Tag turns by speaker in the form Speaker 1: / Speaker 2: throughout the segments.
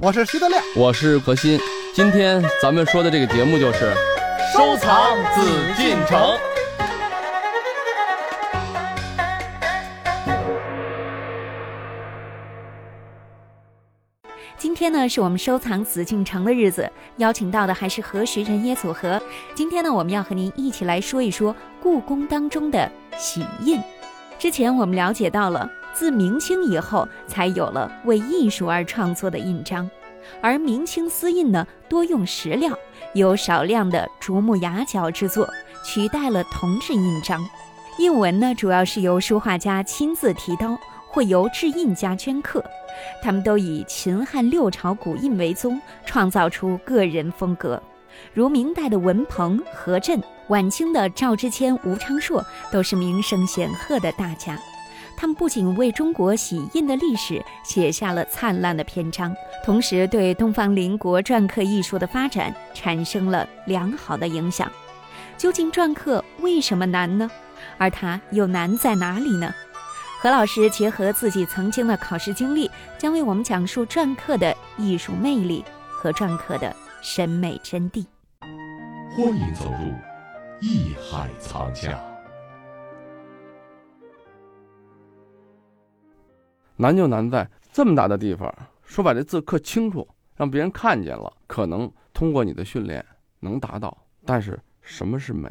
Speaker 1: 我是徐德亮，
Speaker 2: 我是何鑫。今天咱们说的这个节目就是
Speaker 1: 收藏紫禁城。
Speaker 3: 今天呢，是我们收藏紫禁城的日子，邀请到的还是何时人也组合。今天呢，我们要和您一起来说一说故宫当中的玺印。之前我们了解到了，自明清以后才有了为艺术而创作的印章，而明清丝印呢，多用石料，有少量的竹木牙角之作，取代了铜制印章。印文呢，主要是由书画家亲自提刀，或由制印家镌刻。他们都以秦汉六朝古印为宗，创造出个人风格，如明代的文鹏、何震，晚清的赵之谦、吴昌硕都是名声显赫的大家。他们不仅为中国玺印的历史写下了灿烂的篇章，同时对东方邻国篆刻艺术的发展产生了良好的影响。究竟篆刻为什么难呢？而它又难在哪里呢？何老师结合自己曾经的考试经历，将为我们讲述篆刻的艺术魅力和篆刻的审美真谛。
Speaker 4: 欢迎走入艺海藏家。
Speaker 2: 难就难在这么大的地方，说把这字刻清楚，让别人看见了，可能通过你的训练能达到。但是什么是美？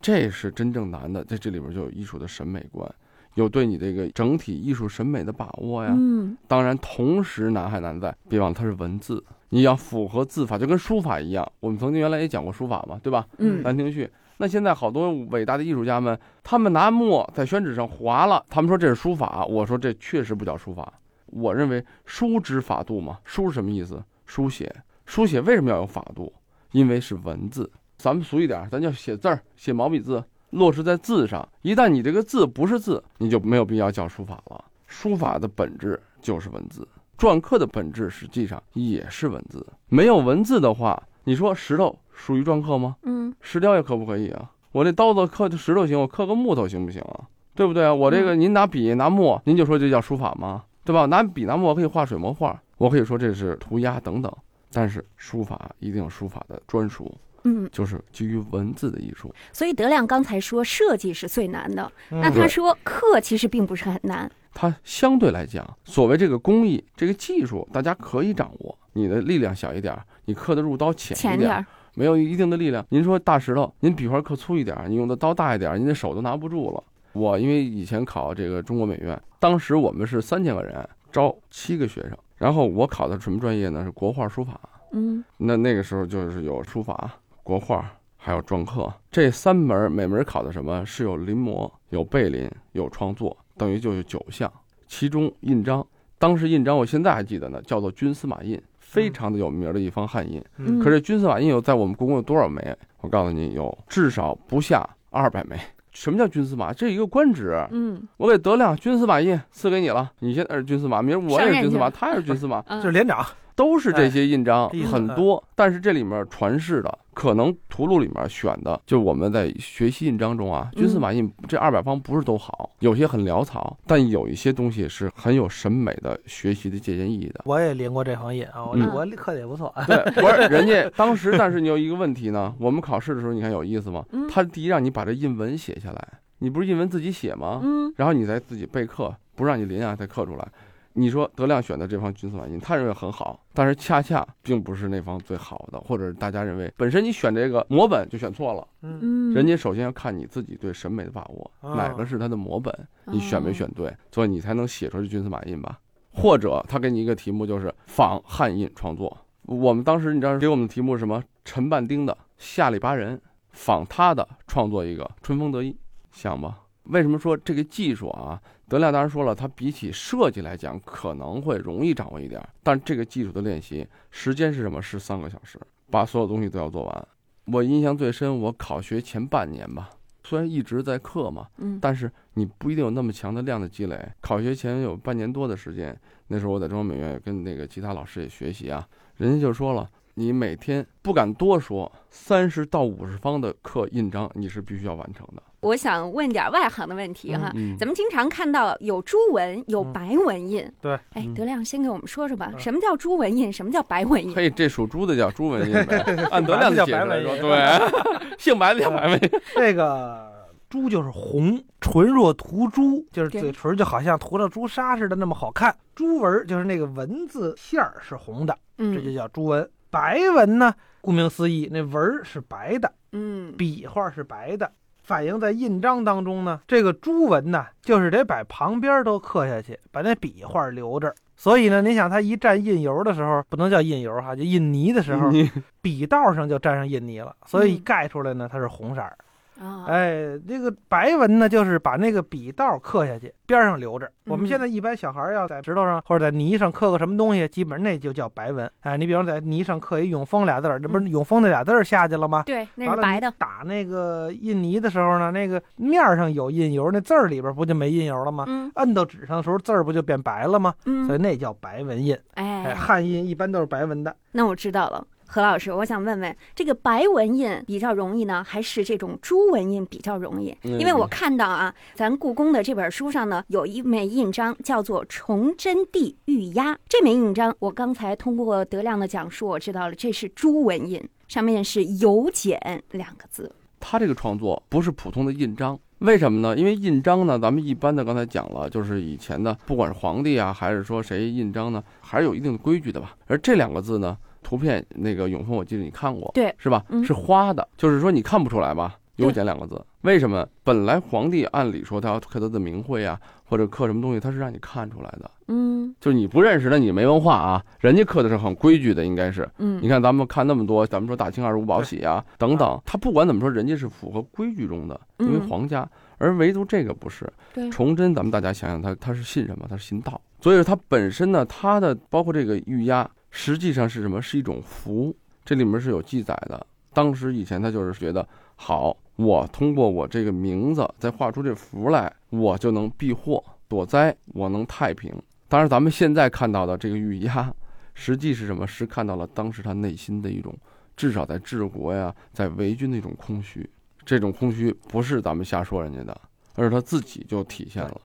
Speaker 2: 这是真正难的，在这里边就有艺术的审美观，有对你这个整体艺术审美的把握呀。
Speaker 3: 嗯，
Speaker 2: 当然，同时难还难在，别忘了它是文字，你要符合字法，就跟书法一样。我们曾经原来也讲过书法嘛，对吧？
Speaker 3: 嗯
Speaker 2: 兰亭序。那现在好多伟大的艺术家们，他们拿墨在宣纸上划了，他们说这是书法，我说这确实不叫书法。我认为书之法度嘛，书是什么意思？书写，书写为什么要有法度？因为是文字。咱们俗一点儿，咱叫写字儿，写毛笔字，落实在字上。一旦你这个字不是字，你就没有必要叫书法了。书法的本质就是文字，篆刻的本质实际上也是文字。没有文字的话，你说石头属于篆刻吗？
Speaker 3: 嗯
Speaker 2: 石雕也可不可以啊？我这刀子刻石头行，我刻个木头行不行啊？对不对啊？我这
Speaker 5: 嗯
Speaker 2: 个您拿笔拿墨，您就说这叫书法吗？对吧？拿笔拿墨我可以画水墨画，我可以说这是涂鸦等等。但是书法一定有书法的专属，
Speaker 5: 嗯，
Speaker 2: 就是基于文字的艺术。
Speaker 5: 所以德亮刚才说设计是最难的，那
Speaker 2: 对
Speaker 5: 他说刻其实并不是很难。
Speaker 2: 它相对来讲，所谓这个工艺、这个技术，大家可以掌握。你的力量小一点儿，你刻的入刀浅
Speaker 5: 浅
Speaker 2: 一
Speaker 5: 点
Speaker 2: 点儿，
Speaker 5: 儿，
Speaker 2: 没有一定的力量。您说大石头，您笔画刻粗一点儿，你用的刀大一点儿，您的手都拿不住了。我因为以前考这个中国美院，当时我们是三千个人招七个学生，然后我考的什么专业呢？是国画书法。
Speaker 5: 嗯，
Speaker 2: 那那个时候就是有书法、国画，还有篆刻这三门儿，每门儿考的什么是有临摹、有背临、有创作，等于就是九项。其中印章，当时印章我现在还记得呢，叫做军司马印，非常的有名儿的一方汉印。
Speaker 1: 嗯
Speaker 2: 可是军司马印有在我们故宫有多少枚？我告诉你，有至少不下二百枚。什么叫军司马？这是一个官职，
Speaker 5: 嗯，
Speaker 2: 我给德亮军司马印赐给你了，你现在是军司马，明儿我也是军司马，
Speaker 5: 上任
Speaker 2: 他也是军司 马，
Speaker 5: 啊
Speaker 1: 就是连长，
Speaker 2: 都是这些印章
Speaker 1: 哎。
Speaker 2: 很多，但是这里面传世的可能图录里面选的，就我们在学习印章中啊，
Speaker 5: 嗯
Speaker 2: 军司马印这二百方不是都好，有些很潦草，但有一些东西是很有审美的学习的借鉴意义的
Speaker 1: 我也临过这行瘾啊，我
Speaker 2: 嗯
Speaker 1: 我刻的也不错。啊
Speaker 2: 对，不是人家当时，但是你有一个问题呢，我们考试的时候，你看有意思吗
Speaker 5: 嗯？
Speaker 2: 他第一让你把这印文写下来，你不是印文自己写吗？
Speaker 5: 嗯，
Speaker 2: 然后你再自己备课，不让你临啊再刻出来。你说德亮选的这方军司马印，他认为很好，但是恰恰并不是那方最好的，或者是大家认为本身你选这个摹本就选错了。
Speaker 1: 嗯，
Speaker 5: 嗯，
Speaker 2: 人家首先要看你自己对审美的把握，哪个是他的摹本，
Speaker 5: 嗯
Speaker 2: 你选
Speaker 3: 哦
Speaker 2: 没选对，所以你才能写出这军司马印吧。或者他给你一个题目，就是仿汉印创作。我们当时你知道给我们的题目是什么？陈半丁的《下里巴人》，仿他的创作一个《春风得意》，想吧。为什么说这个技术啊？德亮当然说了，它比起设计来讲可能会容易掌握一点儿，但这个技术的练习时间是什么？是三个小时，把所有东西都要做完。我印象最深，我考学前半年吧，虽然一直在课嘛，
Speaker 5: 嗯
Speaker 2: 但是你不一定有那么强的量的积累。考学前有半年多的时间，那时候我在中央美院也跟那个其他老师也学习啊，人家就说了，你每天不敢多说，三十到五十方的课印章你是必须要完成的。
Speaker 5: 我想问点外行的问题哈，
Speaker 2: 嗯，
Speaker 5: 咱们经常看到有朱文，有
Speaker 1: 嗯
Speaker 5: 白文印。
Speaker 1: 对，
Speaker 5: 哎
Speaker 2: 嗯，
Speaker 5: 德亮先给我们说说吧，
Speaker 1: 嗯
Speaker 5: 什么叫朱文印，什么叫白文印？
Speaker 2: 嘿，这属猪的叫猪文印 呗，按德亮的解释来说，
Speaker 1: 白文
Speaker 2: 对， 姓白的叫白文印，
Speaker 1: 这个朱就是红，唇若涂朱，就是
Speaker 5: 对
Speaker 1: 嘴唇就好像涂了朱砂似的那么好看。朱纹就是那个文字线儿是红的，这
Speaker 5: 嗯
Speaker 1: 就叫朱纹。白纹呢，顾名思义，那纹儿是白的，
Speaker 5: 嗯
Speaker 1: 笔画是白的。反映在印章当中呢，这个朱纹呢，就是得把旁边都刻下去，把那笔画留着。所以呢，你想它一蘸印油的时候，不能叫印油哈，就印泥的时 候，
Speaker 2: 你
Speaker 1: 笔道上就沾上印泥了，所以
Speaker 5: 嗯
Speaker 1: 盖出来呢，它是红色儿。
Speaker 5: 啊，
Speaker 1: 哎，这个白纹呢，就是把那个笔道刻下去，边上留着。我们
Speaker 5: 嗯
Speaker 1: 现在一般小孩儿要在石头上或者在泥上刻个什么东西，基本上那就叫白纹。哎，你比方在泥上刻一“永丰”俩字儿，这
Speaker 5: 嗯
Speaker 1: 不是“永丰”那俩字儿下去了吗？
Speaker 5: 对，那
Speaker 1: 完
Speaker 5: 是
Speaker 1: 了
Speaker 5: 白的。
Speaker 1: 打那个印泥的时候呢，那个面儿上有印油，那字儿里边不就没印油了吗？
Speaker 5: 嗯
Speaker 1: 摁到纸上的时候，字儿不就变白了吗？所以
Speaker 5: 嗯，
Speaker 1: 那叫白纹印。哎，
Speaker 5: 哎，
Speaker 1: 汉印一般都是白纹的。
Speaker 5: 那我知道了。何老师，我想问问，这个白文印比较容易呢，还是这种朱文印比较容易？
Speaker 2: 嗯
Speaker 5: 因为我看到啊，咱故宫的这本书上呢，有一枚印章叫做《崇祯帝御鸦》。这枚印章，我刚才通过德亮的讲述，我知道了，这是朱文印，上面是“由简”两个字。
Speaker 2: 他这个创作不是普通的印章，为什么呢？因为印章呢，咱们一般的刚才讲了，就是以前的不管是皇帝啊，还是说谁印章呢，还是有一定的规矩的吧。而这两个字呢，图片那个永丰，我记得你看过，
Speaker 5: 对，
Speaker 2: 是吧？
Speaker 5: 嗯
Speaker 2: 是花的，就是说你看不出来吧？
Speaker 5: 对
Speaker 2: 有简两个字，为什么？本来皇帝按理说他要刻他的名讳啊，或者刻什么东西，他是让你看出来的。
Speaker 5: 嗯
Speaker 2: 就是你不认识，那你没文化啊。人家刻的是很规矩的，应该是。你
Speaker 5: 嗯
Speaker 2: 看咱们看那么多，咱们说大清二十五宝玺啊等等，他不管怎么说，人家是符合规矩中的，因为
Speaker 5: 嗯
Speaker 2: 皇家，而唯独这个不是。
Speaker 5: 对
Speaker 2: 崇祯，咱们大家想想他，他是信什么？他是信道。所以说他本身呢，他的包括这个御鸦，实际上是什么？是一种符，这里面是有记载的。当时以前他就是觉得，好，我通过我这个名字再画出这符来，我就能避祸躲灾，我能太平。当然，咱们现在看到的这个御鸦， 实际是什么？是看到了当时他内心的一种，至少在治国呀，在为君的一种空虚。这种空虚不是咱们瞎说人家的，而是他自己就体现了。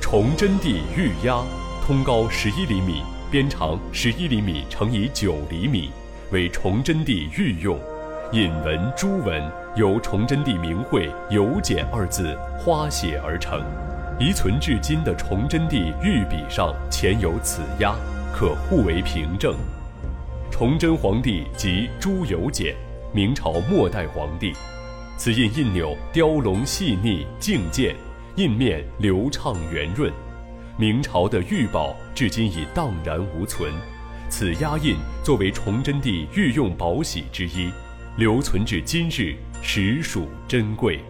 Speaker 4: 崇祯帝御鸦，通高十一厘米，边长十一厘米乘以九厘米，为崇祯帝御用。引文朱文由崇祯帝名讳“由简”二字花写而成，遗存至今的崇祯帝御笔上前有此鸦，可互为凭证。崇祯皇帝即朱由检，明朝末代皇帝。此印印钮雕龙细腻净健，印面流畅圆润。明朝的玉宝至今已荡然无存，此压印作为崇祯帝御用宝玺之一，留存至今日，实属珍贵。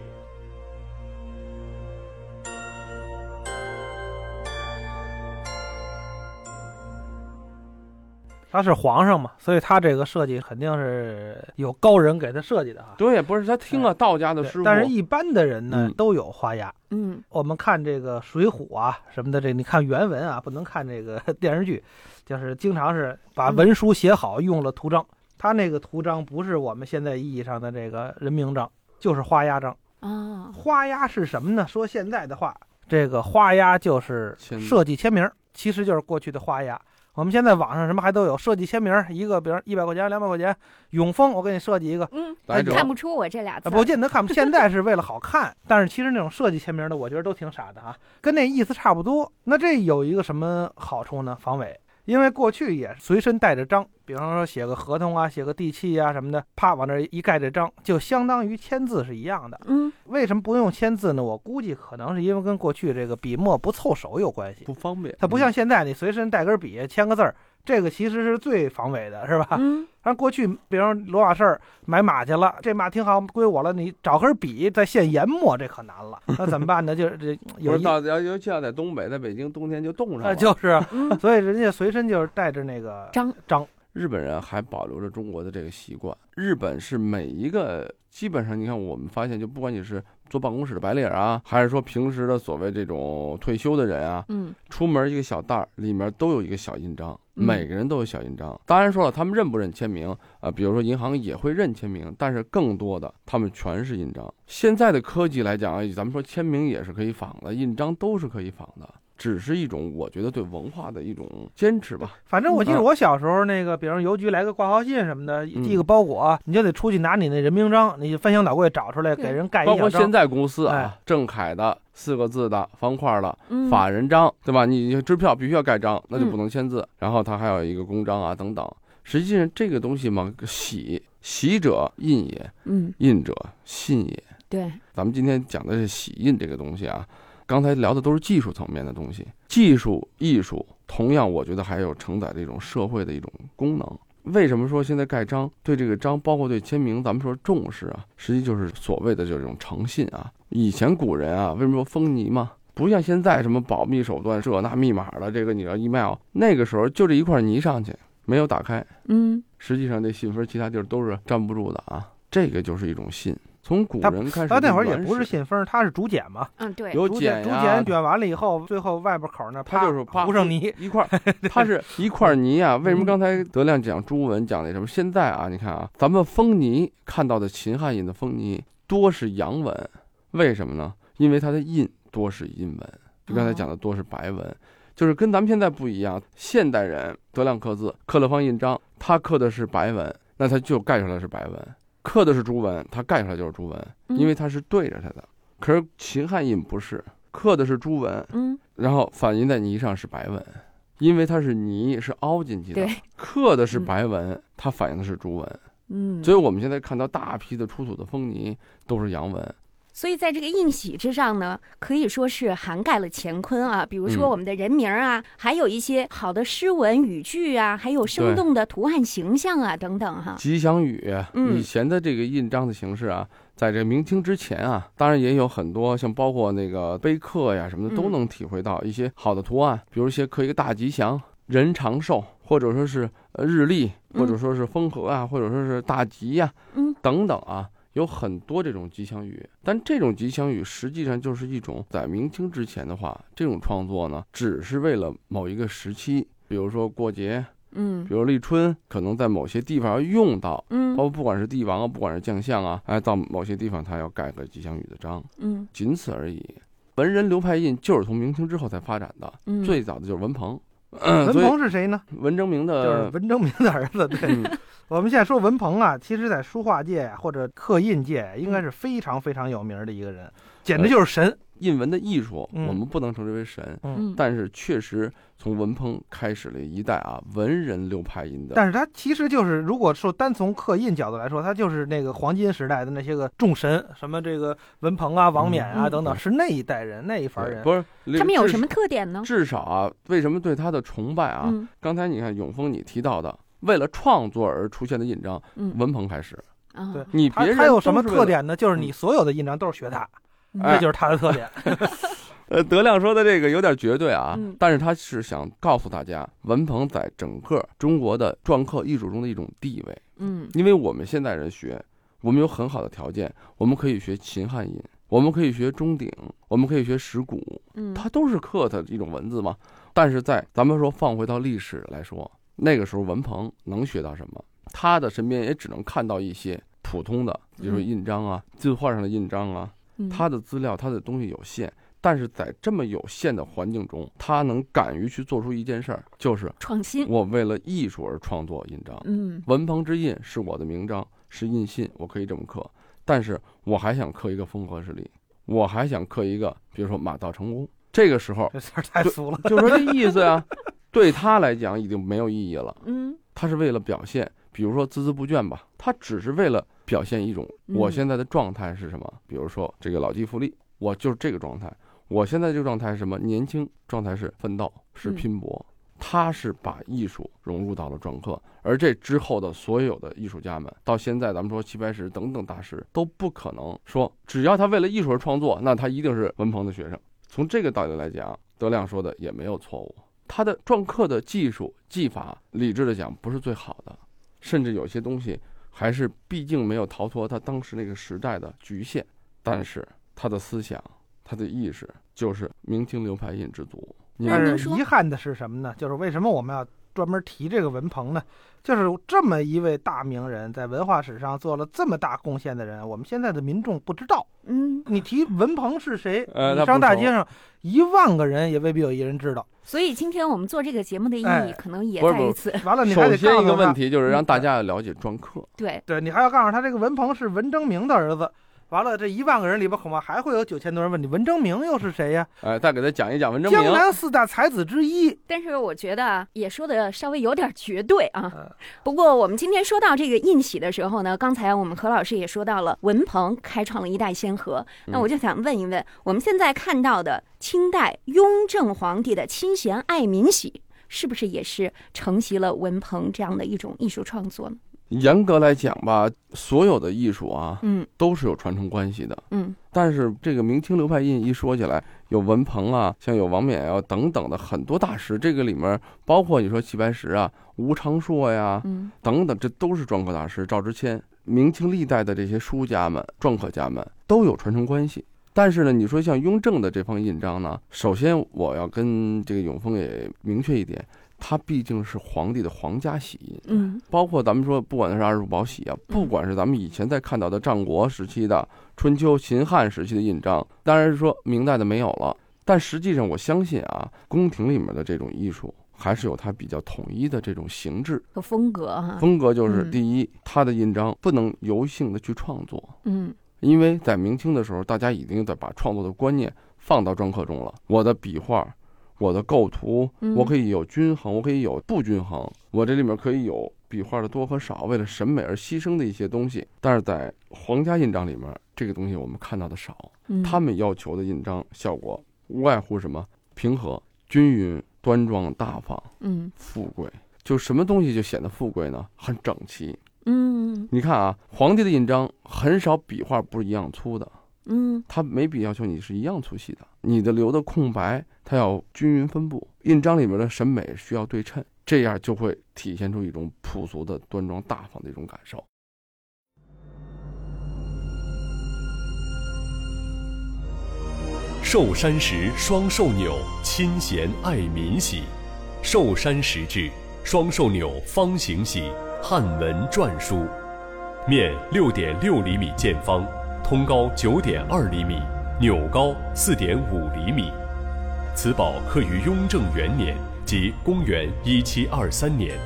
Speaker 1: 他是皇上嘛，所以他这个设计肯定是有高人给他设计的哈。
Speaker 2: 对，不是他听了道家的
Speaker 1: 对
Speaker 2: 师傅，
Speaker 1: 但是一般的人呢、
Speaker 2: 嗯
Speaker 1: 都有花样。
Speaker 5: 嗯
Speaker 1: 我们看这个《水浒》啊什么的，这你看原文啊，不能看这个 电视剧，就是经常是把文书写好，用了图章。他那个图章不是我们现在意义上的这个人名章，就是花押章。
Speaker 5: 啊，
Speaker 1: 花押是什么呢？说现在的话，这个花押就是
Speaker 2: 签
Speaker 1: 设计签名儿，其实就是过去的花押。我们现在网上什么还都有设计签名儿，一个比如一百块钱、两百块钱，永丰我给你设计一个，
Speaker 5: 嗯，
Speaker 2: 来者
Speaker 5: 看不出我这俩字
Speaker 1: 啊，
Speaker 5: 儿。
Speaker 1: 不见得看不。现在是为了好看，但是其实那种设计签名的，我觉得都挺傻的啊，跟那意思差不多。那这有一个什么好处呢？防伪，因为过去也随身带着章，比方说写个合同啊、写个地契啊什么的，啪往那儿一盖这章，就相当于签字是一样的。
Speaker 5: 嗯
Speaker 1: 为什么不用签字呢？我估计可能是因为跟过去这个笔墨不凑手有关系。
Speaker 2: 不方便。嗯
Speaker 1: 它不像现在你随身带根笔签个字儿，这个其实是最防伪的，是吧？
Speaker 5: 嗯
Speaker 1: 按过去，比方罗马事儿买马去了，这马挺好，归我了。你找根笔再现研墨，这可难了。那怎么办呢？就是 这
Speaker 2: 不
Speaker 1: 有
Speaker 2: 是
Speaker 1: 一
Speaker 2: 道家，尤其要在东北，在北京冬天就冻上
Speaker 1: 呃，
Speaker 2: 了。
Speaker 1: 就是啊，
Speaker 5: 嗯
Speaker 1: 所以人家随身就是带着那个
Speaker 5: 章
Speaker 1: 章。
Speaker 2: 日本人还保留着中国的这个习惯。日本是每一个基本上，你看我们发现，就不管你是坐办公室的白领啊，还是说平时的所谓这种退休的人啊，
Speaker 3: 嗯，
Speaker 2: 出门一个小袋儿里面都有一个小印章，
Speaker 3: 嗯
Speaker 2: 每个人都有小印章。当然说了，他们认不认签名啊、呃比如说银行也会认签名，但是更多的他们全是印章。现在的科技来讲啊，咱们说签名也是可以仿的，印章都是可以仿的，只是一种我觉得对文化的一种坚持吧。
Speaker 1: 反正我记
Speaker 2: 嗯
Speaker 1: 得我小时候那个，比如邮局来个挂号信什么的，
Speaker 2: 嗯
Speaker 1: 寄个包裹，你就得出去拿你那人名章，你翻箱倒柜找出来，
Speaker 3: 对
Speaker 1: 给人盖
Speaker 2: 包
Speaker 1: 一
Speaker 2: 括
Speaker 1: 小
Speaker 2: 现
Speaker 1: 章。
Speaker 2: 在公司啊
Speaker 1: 哎，
Speaker 2: 郑恺的四个字的方块的
Speaker 3: 嗯
Speaker 2: 法人章，对吧？你你支票必须要盖章，那就不能签字。然后它还有一个公章啊，等等。实际上这个东西嘛，喜喜者印也，
Speaker 3: 嗯，
Speaker 2: 印者信也。
Speaker 3: 对，
Speaker 2: 咱们今天讲的是洗印这个东西啊，刚才聊的都是技术层面的东西，技术、艺术，同样我觉得还有承载的一种社会的一种功能。为什么说现在盖章对这个章，包括对签名，咱们说重视啊，实际就是所谓的这种诚信啊。以前古人啊，为什么说风泥嘛？不像现在什么保密手段，这那密码的这个你要 email，那个时候就这一块泥上去，没有打开，
Speaker 3: 嗯
Speaker 2: 实际上这信封其他地儿都是粘不住的啊。这个就是一种信，从古
Speaker 1: 他
Speaker 2: 人开始，
Speaker 1: 他那会儿也不是，信封，它是竹简嘛，
Speaker 5: 嗯，对，
Speaker 2: 有
Speaker 1: 竹简竹
Speaker 2: 呀
Speaker 1: 简，卷完了以后，最后外边口那
Speaker 2: 它就是啪
Speaker 1: 糊上泥。
Speaker 2: 一块儿，它是一块泥啊。为什么刚才德亮讲朱文讲那什么？现在啊，你看啊，咱们风泥看到的秦汉印的风泥多是阳文，为什么呢？因为它的印多是阴文，就
Speaker 3: 哦
Speaker 2: 刚才讲的多是白文，就是跟咱们现在不一样。现代人德亮刻字，刻了方印章，他刻的是白文，那他就盖出来是白文；刻的是朱文，他盖出来就是朱文，
Speaker 3: 嗯
Speaker 2: 因为它是对着它的。可是秦汉印不是，刻的是朱文，
Speaker 3: 嗯，
Speaker 2: 然后反映在泥上是白纹，因为它是泥是凹进去的
Speaker 3: 对，
Speaker 2: 刻的是白纹，它反映的是朱纹，
Speaker 3: 嗯，
Speaker 2: 所以我们现在看到大批的出土的风泥都是洋纹，
Speaker 5: 所以在这个印玺之上呢，可以说是涵盖了乾坤啊，比如说
Speaker 2: 嗯
Speaker 5: 我们的人名啊，还有一些好的诗文语句啊，还有生动的图案形象啊等等哈。
Speaker 2: 吉祥语
Speaker 5: 嗯
Speaker 2: 以前的这个印章的形式啊，在这明清之前啊，当然也有很多像包括那个碑刻呀什么的，
Speaker 5: 嗯
Speaker 2: 都能体会到一些好的图案，比如一些刻一个大吉祥、人长寿，或者说是呃日历，
Speaker 5: 嗯
Speaker 2: 或者说是风和啊，或者说是大吉呀、
Speaker 5: 嗯，
Speaker 2: 等等啊。有很多这种吉祥语，但这种吉祥语实际上就是一种在明清之前的话，这种创作呢，只是为了某一个时期，比如说过节，
Speaker 3: 嗯
Speaker 2: 比如立春，可能在某些地方要用到，包
Speaker 3: 嗯
Speaker 2: 括不管是帝王啊，不管是将相啊，哎，到某些地方他要盖个吉祥语的章，
Speaker 3: 嗯
Speaker 2: 仅此而已。文人流派印就是从明清之后才发展的，
Speaker 3: 嗯，
Speaker 2: 最早的就是文鹏，
Speaker 1: 文
Speaker 2: 嗯所以
Speaker 1: 鹏是谁呢？
Speaker 2: 文征明
Speaker 1: 就是
Speaker 2: 的，
Speaker 1: 文征明的儿子。对，
Speaker 2: 嗯
Speaker 1: 我们现在说文鹏啊，其实在书画界啊或者刻印界，应
Speaker 2: 嗯
Speaker 1: 该是非常非常有名的一个人，简
Speaker 2: 呃
Speaker 1: 直就是神。
Speaker 2: 印文的艺术，
Speaker 1: 嗯
Speaker 2: 我们不能称之为神，
Speaker 3: 嗯，
Speaker 2: 但是确实从文鹏开始了一代啊文人流派印的
Speaker 1: 但是他其实就是，如果说单从刻印角度来说，他就是那个黄金时代的那些个众神，什么这个文鹏啊、王冕啊
Speaker 3: 嗯
Speaker 1: 等
Speaker 2: 嗯
Speaker 1: 等，是那一代人那一伐
Speaker 2: 对，
Speaker 1: 人。
Speaker 2: 不是
Speaker 5: 他们有
Speaker 2: 至
Speaker 5: 什么特点呢？
Speaker 2: 至少啊，为什么对他的崇拜啊？
Speaker 3: 嗯
Speaker 2: 刚才你看永峰你提到的，为了创作而出现的印章，
Speaker 3: 嗯
Speaker 2: 文鹏开始，
Speaker 3: 啊，
Speaker 1: 对
Speaker 2: 你
Speaker 1: 他
Speaker 2: 别人
Speaker 1: 他有什么
Speaker 2: 都是为了？嗯
Speaker 1: 特
Speaker 2: 哎
Speaker 1: 点呢？就是你所有的印章都是学他，
Speaker 3: 嗯
Speaker 1: 这就是他的特 点。
Speaker 2: 呃，德亮说的这个有点绝对啊，
Speaker 3: 嗯
Speaker 2: 但是他是想告诉大家，文鹏在整个中国的篆刻艺术中的一种地位。
Speaker 3: 嗯
Speaker 2: 因为我们现代人学，我们有很好的条件，我们可以学秦汉音，我们可以学钟鼎，我们可以学石鼓，
Speaker 3: 嗯，
Speaker 2: 它都是刻的一种文字嘛。但是在咱们说放回到历史来说，那个时候文鹏能学到什么？他的身边也只能看到一些普通的，比如说印章啊、字画上的印章啊，
Speaker 3: 嗯
Speaker 2: 他的资料、他的东西有限。但是在这么有限的环境中，他能敢于去做出一件事儿，就是
Speaker 3: 创新，
Speaker 2: 我为了艺术而创作印章。
Speaker 3: 嗯
Speaker 2: 文鹏之印是我的名章，是印信，我可以这么刻。但是我还想刻一个风和日丽，我还想刻一个，比如说马到成功。这个时候
Speaker 1: 这词儿太俗了。
Speaker 2: 就说这意思啊， 对他来讲已经没有意义了。
Speaker 3: 嗯
Speaker 2: 他是为了表现，比如说孜孜不倦吧，他只是为了表现一种
Speaker 3: 嗯
Speaker 2: 我现在的状态是什么。比如说这个老骥伏枥，我就是这个状态。我现在这个状态是什么？年轻状态是奋斗，是
Speaker 3: 嗯
Speaker 2: 拼搏。他是把艺术融入到了篆刻，而这之后的所有的艺术家们，到现在咱们说齐白石等等大师，都不可能说只要他为了艺术而创作，那他一定是文鹏的学生。从这个道理来讲，德亮说的也没有错误。他的篆刻的技术技法，理智的讲不是最好的，甚至有些东西还是毕竟没有逃脱他当时那个时代的局限。但是他的思想，他的意识就是明清流派印之祖。你
Speaker 1: 但
Speaker 2: 们
Speaker 5: 那您
Speaker 1: 是
Speaker 5: 说
Speaker 1: 遗憾的是什么呢？就是为什么我们要专门提这个文鹏呢？就是这么一位大名人，在文化史上做了这么大贡献的人，我们现在的民众不知道。
Speaker 5: 嗯，
Speaker 1: 你提文鹏是谁，
Speaker 2: 呃
Speaker 1: 你
Speaker 2: 他不
Speaker 1: 上大
Speaker 2: 熟
Speaker 1: 街上一万个人也未必有一人知道。
Speaker 5: 所以今天我们做这个节目的意
Speaker 1: 哎
Speaker 5: 义可能也
Speaker 2: 不是
Speaker 5: 在
Speaker 2: 不是
Speaker 5: 于此。
Speaker 1: 完了，你还
Speaker 2: 首
Speaker 1: 得告
Speaker 2: 先
Speaker 1: 诉
Speaker 2: 一个问
Speaker 1: 他，
Speaker 2: 题就是让大家了解篆刻，
Speaker 5: 对，
Speaker 1: 对你还要告诉他这个文鹏是文征明的儿子。完了，这一万个人里边恐怕还会有九千多人问你文征明又是谁呀？
Speaker 2: 哎，再给他讲一讲文征
Speaker 1: 嗯江
Speaker 2: 明。
Speaker 1: 南四大才子之一。
Speaker 5: 但是我觉得啊也说的稍微有点绝对啊。
Speaker 1: 嗯
Speaker 5: 不过我们今天说到这个印玺的时候呢，刚才我们何老师也说到了，文鹏开创了一代先河。那我就想问一问，我们现在看到的清代雍正皇帝的亲贤爱民玺，是不是也是承袭了文鹏这样的一种艺术创作呢？
Speaker 2: 严格来讲吧，所有的艺术啊
Speaker 5: 嗯
Speaker 2: 都是有传承关系的。
Speaker 5: 嗯
Speaker 2: 但是这个明清流派印一说起来，有文鹏啊，像有王冕啊等等的很多大师，这个里面包括你说齐白石啊、吴昌硕呀
Speaker 5: 嗯
Speaker 2: 等等，这都是篆刻大师。赵之谦，明清历代的这些书家们、篆刻家们都有传承关系。但是呢，你说像雍正的这方印章呢，首先我要跟这个永丰也明确一点，它毕竟是皇帝的皇家玺印。
Speaker 5: 嗯
Speaker 2: 包括咱们说，不管是二十五宝玺啊，不管是咱们以前在看到的战国时期的、春秋、秦汉时期的印章，当然是说明代的没有了，但实际上我相信啊，宫廷里面的这种艺术还是有它比较统一的这种形制
Speaker 5: 和风格啊，
Speaker 2: 风格，就是
Speaker 5: 嗯
Speaker 2: 第一，它的印章不能由性的去创作，
Speaker 5: 嗯
Speaker 2: 因为在明清的时候，大家已经在把创作的观念放到篆刻中了。我的笔画，我的构图
Speaker 5: 嗯，
Speaker 2: 我可以有均衡，我可以有不均衡，我这里面可以有笔画的多和少，为了审美而牺牲的一些东西。但是在皇家印章里面，这个东西我们看到的少。
Speaker 5: 嗯，
Speaker 2: 他们要求的印章效果无外乎什么平和、均匀、端庄、大方、
Speaker 5: 嗯
Speaker 2: 富贵。就什么东西就显得富贵呢？很整齐。
Speaker 5: 嗯
Speaker 2: 你看啊，皇帝的印章很少笔画不一样粗的，
Speaker 5: 嗯
Speaker 2: 它没必要求你是一样粗细的，你的留的空白它要均匀分布。印章里面的审美需要对称，这样就会体现出一种朴素的端庄大方的一种感受。
Speaker 4: 寿山石双寿钮亲贤爱民玺，寿山石制双寿钮方形玺汉文篆书，面六点六厘米见方，通高九点二厘米，钮高四点五厘米。此宝刻于雍正元年，即公元一七二三年，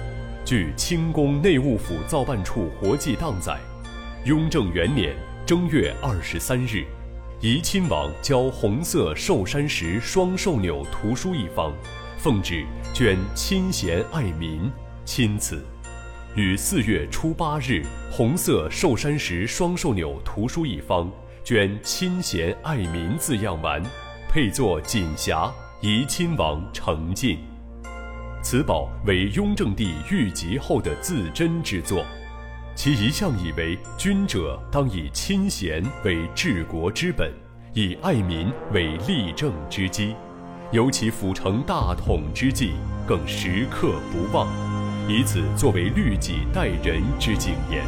Speaker 4: 据清宫内务府造办处活计档载，雍正元年正月二十三日，怡亲王交红色寿山石双寿钮图书一方，奉旨捐亲贤爱民，钦此。于四月初八日，红色寿山石双寿钮图书一方，捐亲贤爱民字样完，配作锦匣，怡亲王承进。此宝为雍正帝御极后的自珍之作。其一向以为君者当以亲贤为治国之本，以爱民为立政之基，尤其辅承大统之际，更时刻不忘，以此作为律己待人之警言。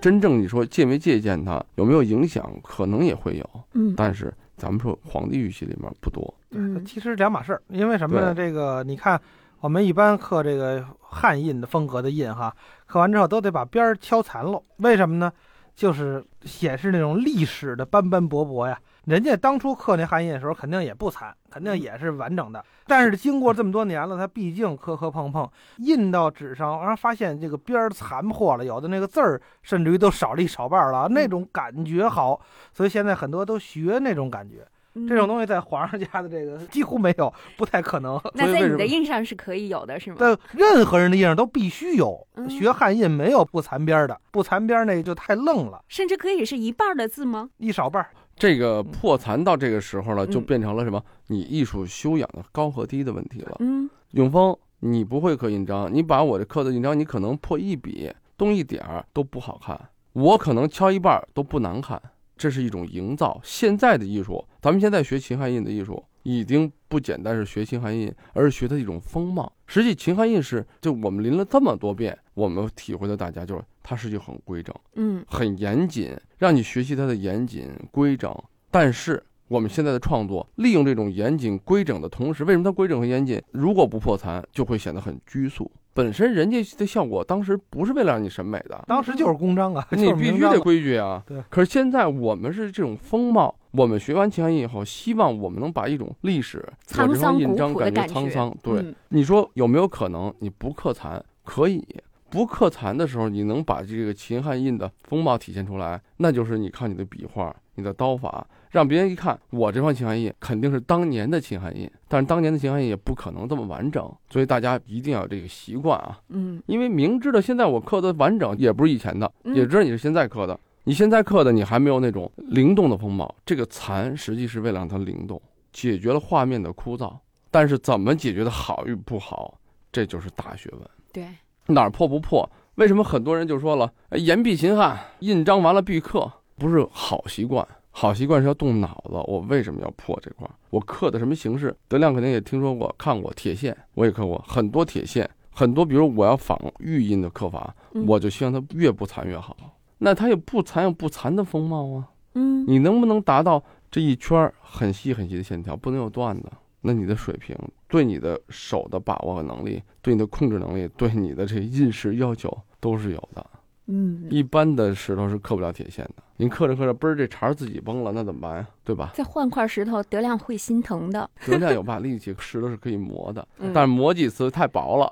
Speaker 2: 真正你说借没借鉴它，有没有影响，可能也会有，
Speaker 5: 嗯
Speaker 2: 但是咱们说皇帝玉玺里面不多。
Speaker 5: 嗯
Speaker 1: 其实两码事儿，因为什么呢？这个你看，我们一般刻这个汉印的风格的印哈，刻完之后都得把边儿敲残喽。为什么呢？就是显示那种历史的斑斑驳驳呀。人家当初刻那汉印的时候，肯定也不残，肯定也是完整的。但是经过这么多年了，它毕竟磕磕碰碰，印到纸上，然后发现这个边儿残破了，有的那个字儿甚至于都少了一少半儿了，那种感觉好。所以现在很多都学那种感觉。
Speaker 5: 嗯
Speaker 1: 这种东西在皇上家的这个几乎没有，不太可能。
Speaker 5: 那
Speaker 2: 所以为
Speaker 5: 在你
Speaker 2: 什
Speaker 5: 的
Speaker 2: 么
Speaker 5: 印上是可以有的，是吗？
Speaker 1: 但任何人的印上都必须有，
Speaker 5: 嗯
Speaker 1: 学汉印没有不残边儿的，不残边儿那就太愣了，
Speaker 5: 甚至可以是一半儿的字吗？
Speaker 1: 一少半儿。
Speaker 2: 这个破残到这个时候了，
Speaker 5: 嗯
Speaker 2: 就变成了什么？你艺术修养的高和低的问题了。
Speaker 5: 嗯
Speaker 2: 永峰，你不会刻印章，你把我这刻的印章，你可能破一笔、动一点儿都不好看，我可能敲一半儿都不难看。这是一种营造。现在的艺术，咱们现在学秦汉印的艺术，已经不简单是学秦汉印，而是学它一种风貌。实际秦汉印是，就我们临了这么多遍，我们体会到大家就是它实际很规整，
Speaker 5: 嗯
Speaker 2: 很严谨，让你学习它的严谨规整。但是我们现在的创作，利用这种严谨规整的同时，为什么它规整和严谨？如果不破残，就会显得很拘束。本身人家的效果当时不是为了让你审美的，
Speaker 1: 当时
Speaker 5: 嗯
Speaker 1: 就是公章啊，
Speaker 2: 你
Speaker 1: 就是
Speaker 2: 必
Speaker 1: 明
Speaker 2: 须
Speaker 1: 章
Speaker 2: 得
Speaker 1: 啊
Speaker 2: 规矩啊。
Speaker 1: 对
Speaker 2: 可是现在我们是这种风貌，我们学完秦汉印以后，希望我们能把一种历史
Speaker 5: 沧
Speaker 2: 我这
Speaker 5: 桑
Speaker 2: 方印
Speaker 5: 古
Speaker 2: 章
Speaker 5: 朴的
Speaker 2: 感觉
Speaker 5: 感觉
Speaker 2: 沧桑。对，
Speaker 5: 嗯
Speaker 2: 你说有没有可能你不刻残？可以。不刻残的时候，你能把这个秦汉印的风貌体现出来，那就是你看你的笔画、你的刀法，让别人一看，我这方秦汉印肯定是当年的秦汉印，但是当年的秦汉印也不可能这么完整，所以大家一定要有这个习惯啊。
Speaker 5: 嗯
Speaker 2: 因为明知道现在我刻的完整也不是以前的，
Speaker 5: 嗯
Speaker 2: 也知道你是现在刻的，你现在刻的你还没有那种灵动的风貌。这个残实际是为了让它灵动，解决了画面的枯燥，但是怎么解决的好与不好，这就是大学问。
Speaker 5: 对，
Speaker 2: 哪儿破不破？为什么很多人就说了“哎言必秦汉”，印章完了必刻，不是好习惯。好习惯是要动脑子。我为什么要破这块儿？我刻的什么形式？德亮肯定也听说过、看过铁线，我也刻过很多铁线，很多。比如我要仿玉印的刻法，
Speaker 5: 嗯
Speaker 2: 我就希望它越不残越好。那它有不残有不残的风貌啊。
Speaker 5: 嗯
Speaker 2: 你能不能达到这一圈儿很细很细的线条，不能有断的？那你的水平对你的手的把握能力，对你的控制能力，对你的这印式要求都是有的。
Speaker 5: 嗯，？
Speaker 2: 一般的石头是刻不了铁线的，你刻着刻着，嘣儿这茬儿自己崩了，那怎么办呀？对吧
Speaker 5: 再换块石头，德亮会心疼的。
Speaker 2: 德亮有把力气，石头是可以磨的，
Speaker 5: 嗯
Speaker 2: 但是磨几次太薄了。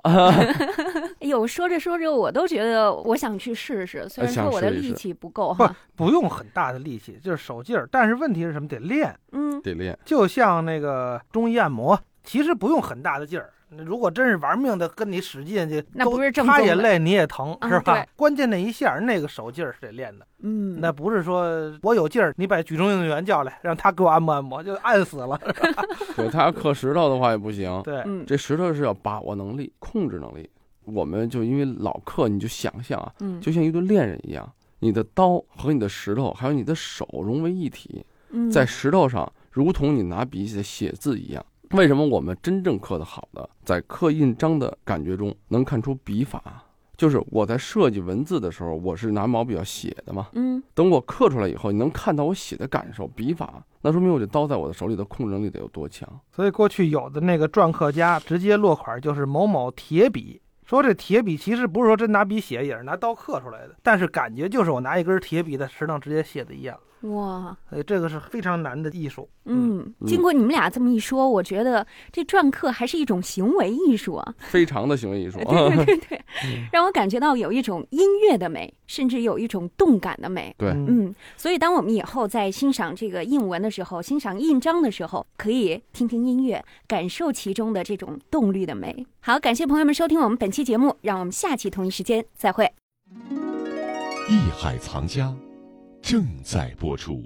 Speaker 5: 哎呦，说着说着，我都觉得我想去试试，虽然
Speaker 2: 呃想
Speaker 5: 说我的
Speaker 2: 试一试
Speaker 5: 力气不够
Speaker 1: 不
Speaker 5: 哈。
Speaker 1: 不用很大的力气，就是手劲儿。但是问题是什么？得练，
Speaker 5: 嗯
Speaker 2: 得练，
Speaker 1: 就像那个中医按摩，其实不用很大的劲儿。如果真是玩命的跟你使劲去，
Speaker 5: 那
Speaker 1: 都
Speaker 5: 不是正宗
Speaker 1: 他
Speaker 5: 的
Speaker 1: 也累，你也疼，
Speaker 5: 啊
Speaker 1: 是吧
Speaker 5: 对？
Speaker 1: 关键那一下儿，那个手劲儿是得练的，
Speaker 5: 嗯，
Speaker 1: 那不是说我有劲儿，你把举重运动员叫来，让他给我按摩按摩，就按死了。
Speaker 2: 对，他要刻石头的话也不行。
Speaker 1: 对，
Speaker 5: 嗯
Speaker 2: 这石头是要把握能力、控制能力。我们就因为老刻，你就想象啊，
Speaker 5: 嗯
Speaker 2: 就像一对恋人一样，你的刀和你的石头，还有你的手融为一体，
Speaker 5: 嗯
Speaker 2: 在石头上如同你拿笔写写字一样。为什么我们真正刻得好的，在刻印章的感觉中能看出笔法？就是我在设计文字的时候，我是拿毛笔要写的嘛。
Speaker 5: 嗯
Speaker 2: 等我刻出来以后，你能看到我写的感受、笔法，那说明我这刀在我的手里的控制能力得有多强。
Speaker 1: 所以过去有的那个篆刻家直接落款就是某某铁笔，说这铁笔其实不是说真拿笔写，也是拿刀刻出来的，但是感觉就是我拿一根铁笔在石上直接写的一样，
Speaker 5: 哇。
Speaker 1: 所以这个是非常难的艺术。
Speaker 5: 嗯，
Speaker 2: 嗯
Speaker 5: 经过你们俩这么一说，我觉得这篆刻还是一种行为艺术啊，
Speaker 2: 非常的行为艺术，啊
Speaker 5: 对对对，
Speaker 2: 嗯
Speaker 5: 让我感觉到有一种音乐的美，甚至有一种动感的美。
Speaker 2: 对
Speaker 1: 嗯
Speaker 5: 嗯，所以当我们以后在欣赏这个印文的时候，欣赏印章的时候，可以听听音乐，感受其中的这种动律的美。好，感谢朋友们收听我们本期节目，让我们下期同一时间再会。
Speaker 4: 《艺海藏家》正在播出。